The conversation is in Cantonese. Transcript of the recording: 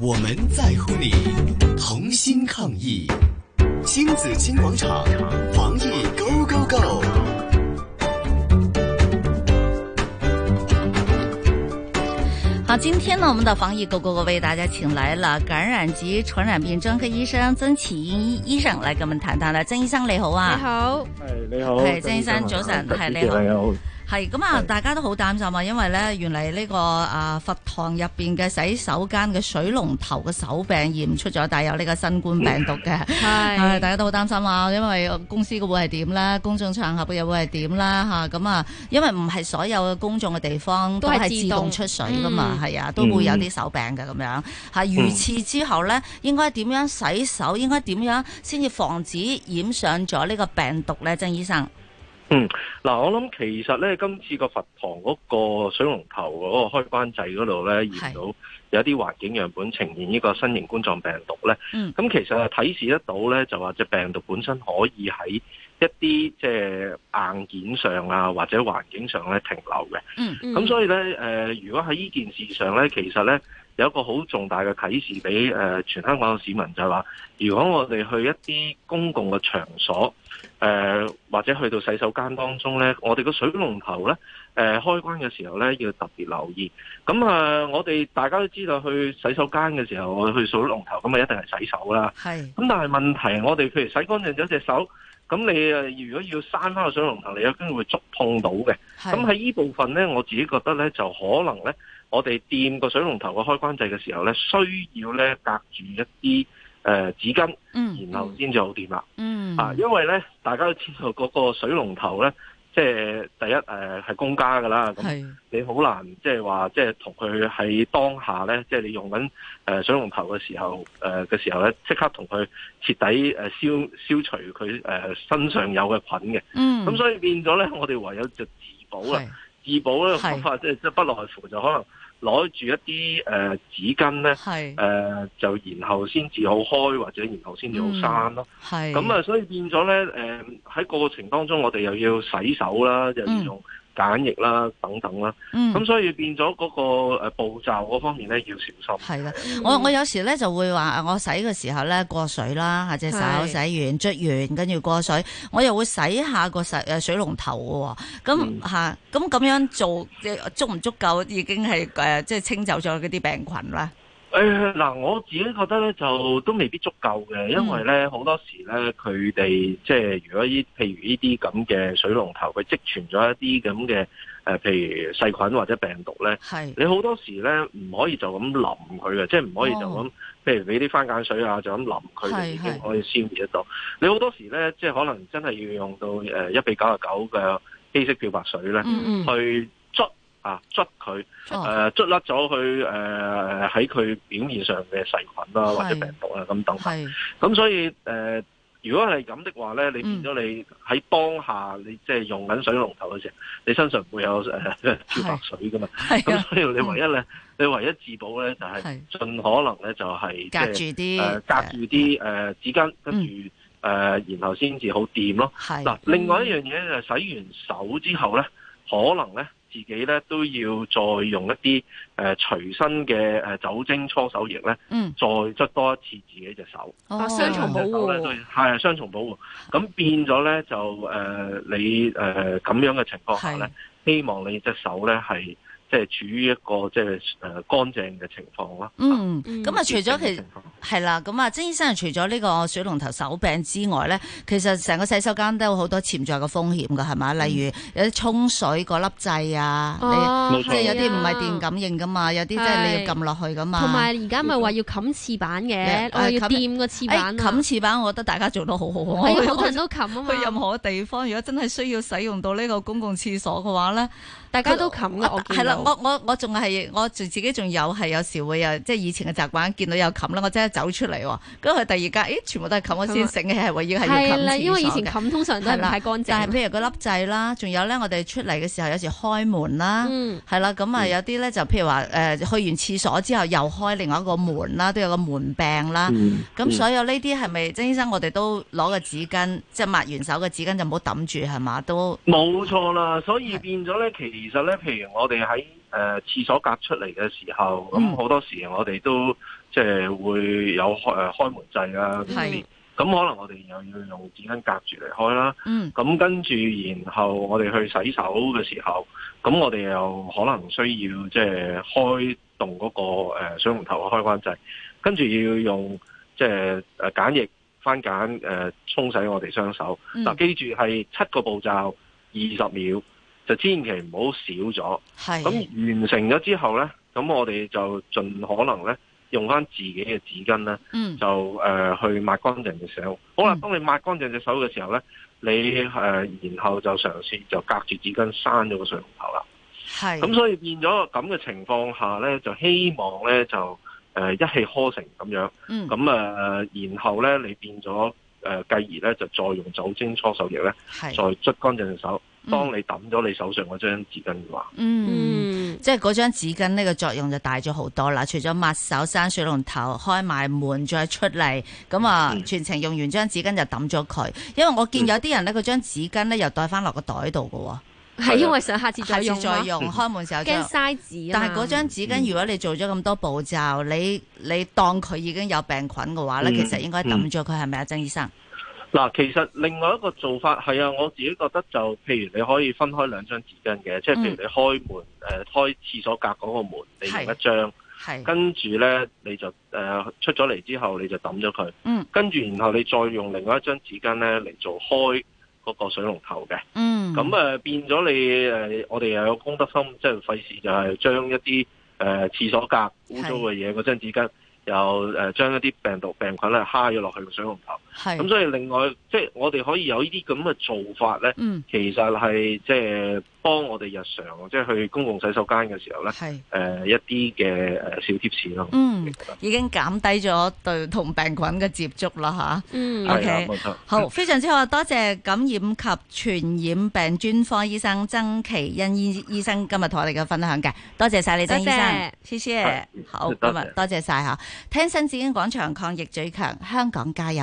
我们在乎你，同心抗疫。亲子金广场，防疫 Go Go Go！好，今天呢，我们的防疫狗狗狗为大家请来了感染及传染病专科醫生曾祈殷醫生嚟跟我們談談啦。曾醫生你好啊，你好，係你好，係曾醫生早晨係你好你好，係咁啊，係大家都好擔心啊，因為咧原嚟呢、個啊佛堂入邊嘅洗手間嘅水龍頭嘅手柄驗出咗帶有呢個新冠病毒嘅。係，大係家都好擔心啊，因為公司嘅會係點啦，公眾場合嘅又會係點啦嚇，咁啊，因為唔係所有嘅公眾嘅地方都都係係自自動嗯動出水噶嘛，嗯係啊，都會有啲手柄嘅咁樣嚇。如此之後呢，應該點樣洗手？應該點樣先至防止染上咗呢個病毒呢？曾醫生，嗱，我諗其實咧，今次個佛堂嗰個水龍頭嗰個開關掣嗰度咧，係驗到有啲環境樣本呈現呢個新型冠狀病毒咧，嗯咁其實係提示得到咧，就話隻病毒本身可以喺一啲即係硬件上啊，或者環境上咧停留嘅。嗯嗯咁所以咧，誒、如果喺呢件事上咧，其實咧有一個好重大嘅啟示俾誒、呃全香港嘅市民就係話，如果我哋去一啲公共嘅場所，誒、或者去到洗手間當中咧，我哋個水龍頭咧，誒、開關嘅時候咧，要特別留意。咁啊、呃我哋大家都知道去洗手間嘅時候，我哋去水龍頭咁啊，一定係洗手啦。係咁但係問題，我哋譬如洗乾淨咗隻手，咁你呃誒如果要閂翻個水龍頭，你有機會觸碰到嘅。咁係喺呢部分呢，我自己覺得呢，就可能呢，我哋掂個水龍頭個開關掣嘅時候呢，需要呢隔住一啲誒、呃、紙巾，嗯然後先至好掂啦。嗯啊，因為呢，大家都知道嗰個水龍頭呢，即係呃第一誒係、公家㗎啦，咁係你好難即係話即係同佢喺當下呢，即係你用緊誒水龍頭嘅時候誒嘅、時候呢，即刻同佢徹底誒呃消消除佢誒、呃身上有嘅菌嘅。嗯咁、所以變咗呢，我哋唯有就自保啊啦。係自保咧係方法，即係即係不外乎就可能攞住一啲誒、呃、紙巾咧，誒、係就然後先至好開或者然後先至好閂咯。嗯係咁啊、所以變咗咧誒喺過程當中，我哋又要洗手啦，又要用簡易啦等等啦。咁、嗯。所以變咗嗰個誒呃步驟嗰方面咧要小心。係啦，我我有時咧就會話，啊我洗嘅時候咧過水啦，啊下隻手係洗完、捽完，跟住過水，我又會洗下個洗誒水龍頭嘅喎。嗯咁嚇，咁咁樣做，即係足唔足夠已經係誒，即係清走咗嗰啲病菌啦。誒哎嗱、我自己覺得咧就都未必足夠嘅，因嗯為咧好多時咧佢哋即係如果呢譬如呢啲咁嘅水龍頭，佢積存咗一啲咁嘅誒，譬如細菌或者病毒咧，係你好多時咧唔可以就咁淋佢嘅，即係唔可以就咁，哦譬如俾啲番梘水啊，就咁淋佢係就已經係可以消滅得到。你好多時咧，即係可能真係要用到誒一比九十九嘅稀釋漂白水咧，嗯去捽啊捽佢。哦誒呃捽甩咗佢誒喺佢表面上嘅細菌啦，係或者病毒啦咁等等。係咁所以誒、呃如果係咁的話咧，你嗯變咗你喺當下你即係用緊水龍頭嘅時候，你身上唔會有誒漂白水噶嘛。係咁啊，所以你唯一咧，你唯一自保咧就係、係盡可能咧就隔係住即係啲嗯誒隔住啲誒紙巾，跟住誒然後先至好掂咯。嗱係，另外一樣嘢就係洗完手之後咧，可能咧自己咧都要再用一啲誒、呃、隨身嘅誒酒精搓手液咧，嗯再捽多一次自己隻手，哦啊雙重保護咧都係啊雙重保護。咁變咗咧就誒、呃你誒呃咁、樣嘅情況下咧係，希望你隻手咧係即係處於一個即係誒呃乾淨嘅情況啦。嗯，嗯咁啊，除咗潔淨嘅其情況係啦，咁啊，曾醫生除咗呢個水龍頭手柄之外咧，其實成個洗手間都有好多潛在嘅風險㗎，係咪？例如有啲沖水嗰粒掣啊，嗯哦你你即係有啲唔係電係啊感應㗎嘛，有啲即係你要撳落去㗎嘛。同埋而家咪話要冚廁板誒嘅，我要冚掂個廁誒板啊哎冚，廁板，我覺得大家做得好好啊。我係好多人都冚啊嘛去，任何地方，如果真係需要使用到呢個公共廁所嘅話咧，大家都冚啊噶，我啊係見啦，到。我我我仲係我自己仲有係有時會有即係以前嘅習慣，見到有冚啦，我即刻走出嚟喎。跟住去第二間，咦，全部都係冚，我先醒起係為要係要係冚啦，因為以廁所前嘅。冚通常都係唔太乾但係淨。譬如個粒掣啦，仲有咧，我哋出嚟嘅時候有時開門啦。嗯，係啦，咁啊有啲咧就譬如話誒、去完廁所之後又開另外一個門啦，都有個門柄啦。嗯咁、所有呢啲係咪曾醫生？我哋都攞個紙巾，即係抹完手嘅紙巾就唔好抌住係嘛？都冇錯啦，所以係變咗咧，其實咧，譬如我哋喺誒廁所隔出嚟嘅時候，嗯咁好多時我哋都即係會有開誒呃開門掣啦。係咁可能我哋又要用紙巾隔住嚟開啦。嗯咁跟住，然後我哋去洗手嘅時候，咁我哋又可能需要即係開動嗰個呃水龍頭嘅開關掣，跟住要用即係誒梘液、番梘誒沖洗我哋雙手。嗯嗱，記住係七個步驟，二十秒，就千祈唔好少咗。咁係完成咗之後呢，咁我哋就盡可能呢，用翻自己嘅紙巾呢。嗯就誒、呃去抹乾淨隻手。好啦嗯，當你抹乾淨隻手嘅時候咧，你誒、呃然後就嘗試就隔住紙巾閂咗個水龍頭啦。係咁所以變咗咁嘅情況下咧，就希望咧就誒、呃一氣呵成咁樣。嗯咁誒、呃然後咧你變咗誒、呃繼而咧就再用酒精搓手液咧係再捽乾淨隻手。嗯當你抌咗你手上嗰張紙巾嘅話，嗯。嗯，即係嗰張紙巾呢個作用就大咗好多啦，除咗抹手、閂水龍頭、開埋門再出嚟，咁啊嗯全程用完張紙巾就抌咗佢，因為我見嗯有啲人呢，嗰張紙巾呢又袋翻落個袋度嘅係因為想下次喎，下再用次再嘛，用嗯開門時候再驚嘥紙啊但嘛係嗰張紙嗯巾，如果你做咗咁多步驟，你你當佢已經有病菌嘅話咧，嗯其實應該抌咗佢，係咪啊，曾醫生？嗱，其實另外一個做法係啊，我自己覺得就譬如你可以分開兩張紙巾嘅，即係譬如嗯你開門誒、呃、開廁所隔嗰個門，你用一張，係，跟住咧你就誒、呃出咗嚟之後你就抌咗佢，嗯跟住然後你再用另外一張紙巾咧嚟做開嗰個水龍頭嘅，嗯，咁誒、呃、變咗你誒、呃我哋又有公德心，即係費事就係將一啲誒、呃、廁所隔污糟嘅嘢嗰張紙巾，又誒、呃、將一啲病毒病菌咧蝦咗落去個水龍頭。咁係，所以另外，即係我哋可以有呢啲咁嘅做法咧，嗯，其實係即係幫我哋日常，即係去公共洗手間嘅時候咧，誒、係，一啲嘅誒小貼士咯。嗯，已經減低咗對同病菌嘅接觸啦吓。嗯啊係啦 OK 冇錯。好，非常之好，多謝感染及傳染病專科醫生曾其恩醫醫生今日同我哋嘅分享嘅，多謝晒你曾醫生多謝，謝係謝，好，今多謝日多謝晒吓，聽新紫荊廣場抗疫最強，香港加油！啊